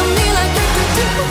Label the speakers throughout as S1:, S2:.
S1: on me like do, do, do, do.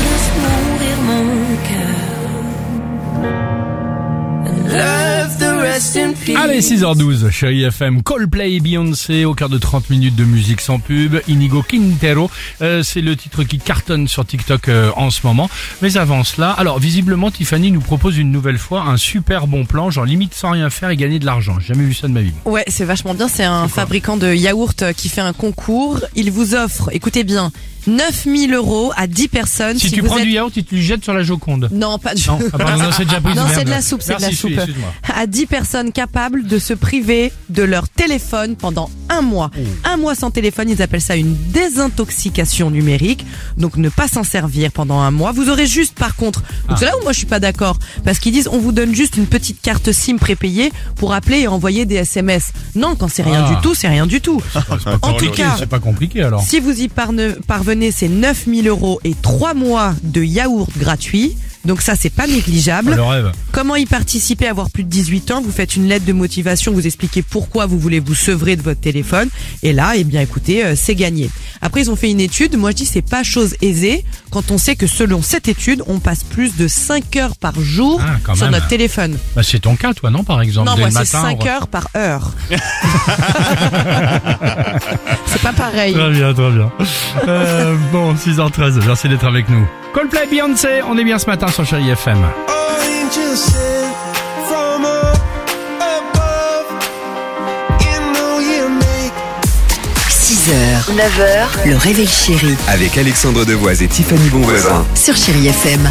S1: laisse mourir mon cœur. And love the rest in peace.
S2: Allez, 6h12, chérie FM, Coldplay et Beyoncé, au cœur de 30 minutes de musique sans pub, Inigo Quintero, euh, c'est le titre qui cartonne sur TikTok euh, en ce moment. Mais avant cela, alors visiblement Tiffany nous propose une nouvelle fois un super bon plan, genre limite sans rien faire et gagner de l'argent. J'ai jamais vu ça de ma vie.
S3: Ouais, c'est vachement bien. C'est un fabricant de yaourt euh, qui fait un concours. Il vous offre, écoutez bien, 9000 euros à 10 personnes.
S2: Si, tu
S3: vous
S2: prends
S3: êtes-
S2: du yaourt, tu te le jettes sur la Joconde.
S3: Non, pas du
S2: Non, ah, pardon, non, c'est déjà pris.
S3: Non,
S2: merde.
S3: c'est de la soupe, c'est de la
S2: Merci,
S3: soupe.
S2: excuse- excuse-moi.
S3: À 10 personnes capables de se priver de leur téléphone pendant un mois.
S2: Oh.
S3: Un mois sans téléphone, ils appellent ça une désintoxication numérique. Donc ne pas s'en servir pendant un mois. Vous aurez juste, par contre,
S2: Ah.
S3: donc c'est là où moi je suis pas d'accord. Parce qu'ils disent, on vous donne juste une petite carte SIM prépayée pour appeler et envoyer des SMS. Non, quand c'est rien
S2: Ah.
S3: du tout, c'est rien du tout. En tout cas,
S2: C'est pas compliqué alors.
S3: si vous y parne- parvenez, c'est 9000 euros et 3 mois de yaourt gratuit. Donc ça, c'est pas négligeable.
S2: Le rêve.
S3: Comment y participer avoir plus de 18 ans Vous faites une lettre de motivation, vous expliquez pourquoi vous voulez vous sevrer de votre téléphone. Et là, eh bien, écoutez, euh, c'est gagné. Après, ils ont fait une étude. Moi, je dis, c'est pas chose aisée quand on sait que selon cette étude, on passe plus de 5 heures par jour
S2: Ah, quand
S3: sur
S2: même.
S3: notre téléphone.
S2: Bah, c'est ton cas, toi, non, par exemple
S3: Non,
S2: Dès
S3: moi,
S2: le
S3: c'est
S2: matin, on
S3: 5
S2: re-
S3: heures par heure. c'est pas pareil.
S2: Très bien, très bien. Euh, bon, 6h13, merci d'être avec nous. Coldplay Beyoncé, on est bien ce matin sur Chéri FM.
S4: angels sent from up above. You know you make
S5: 6h, 9h, le réveil chéri
S6: Avec Alexandre Devoise et Tiffany Bonvoisin.
S5: sur Chérie FM.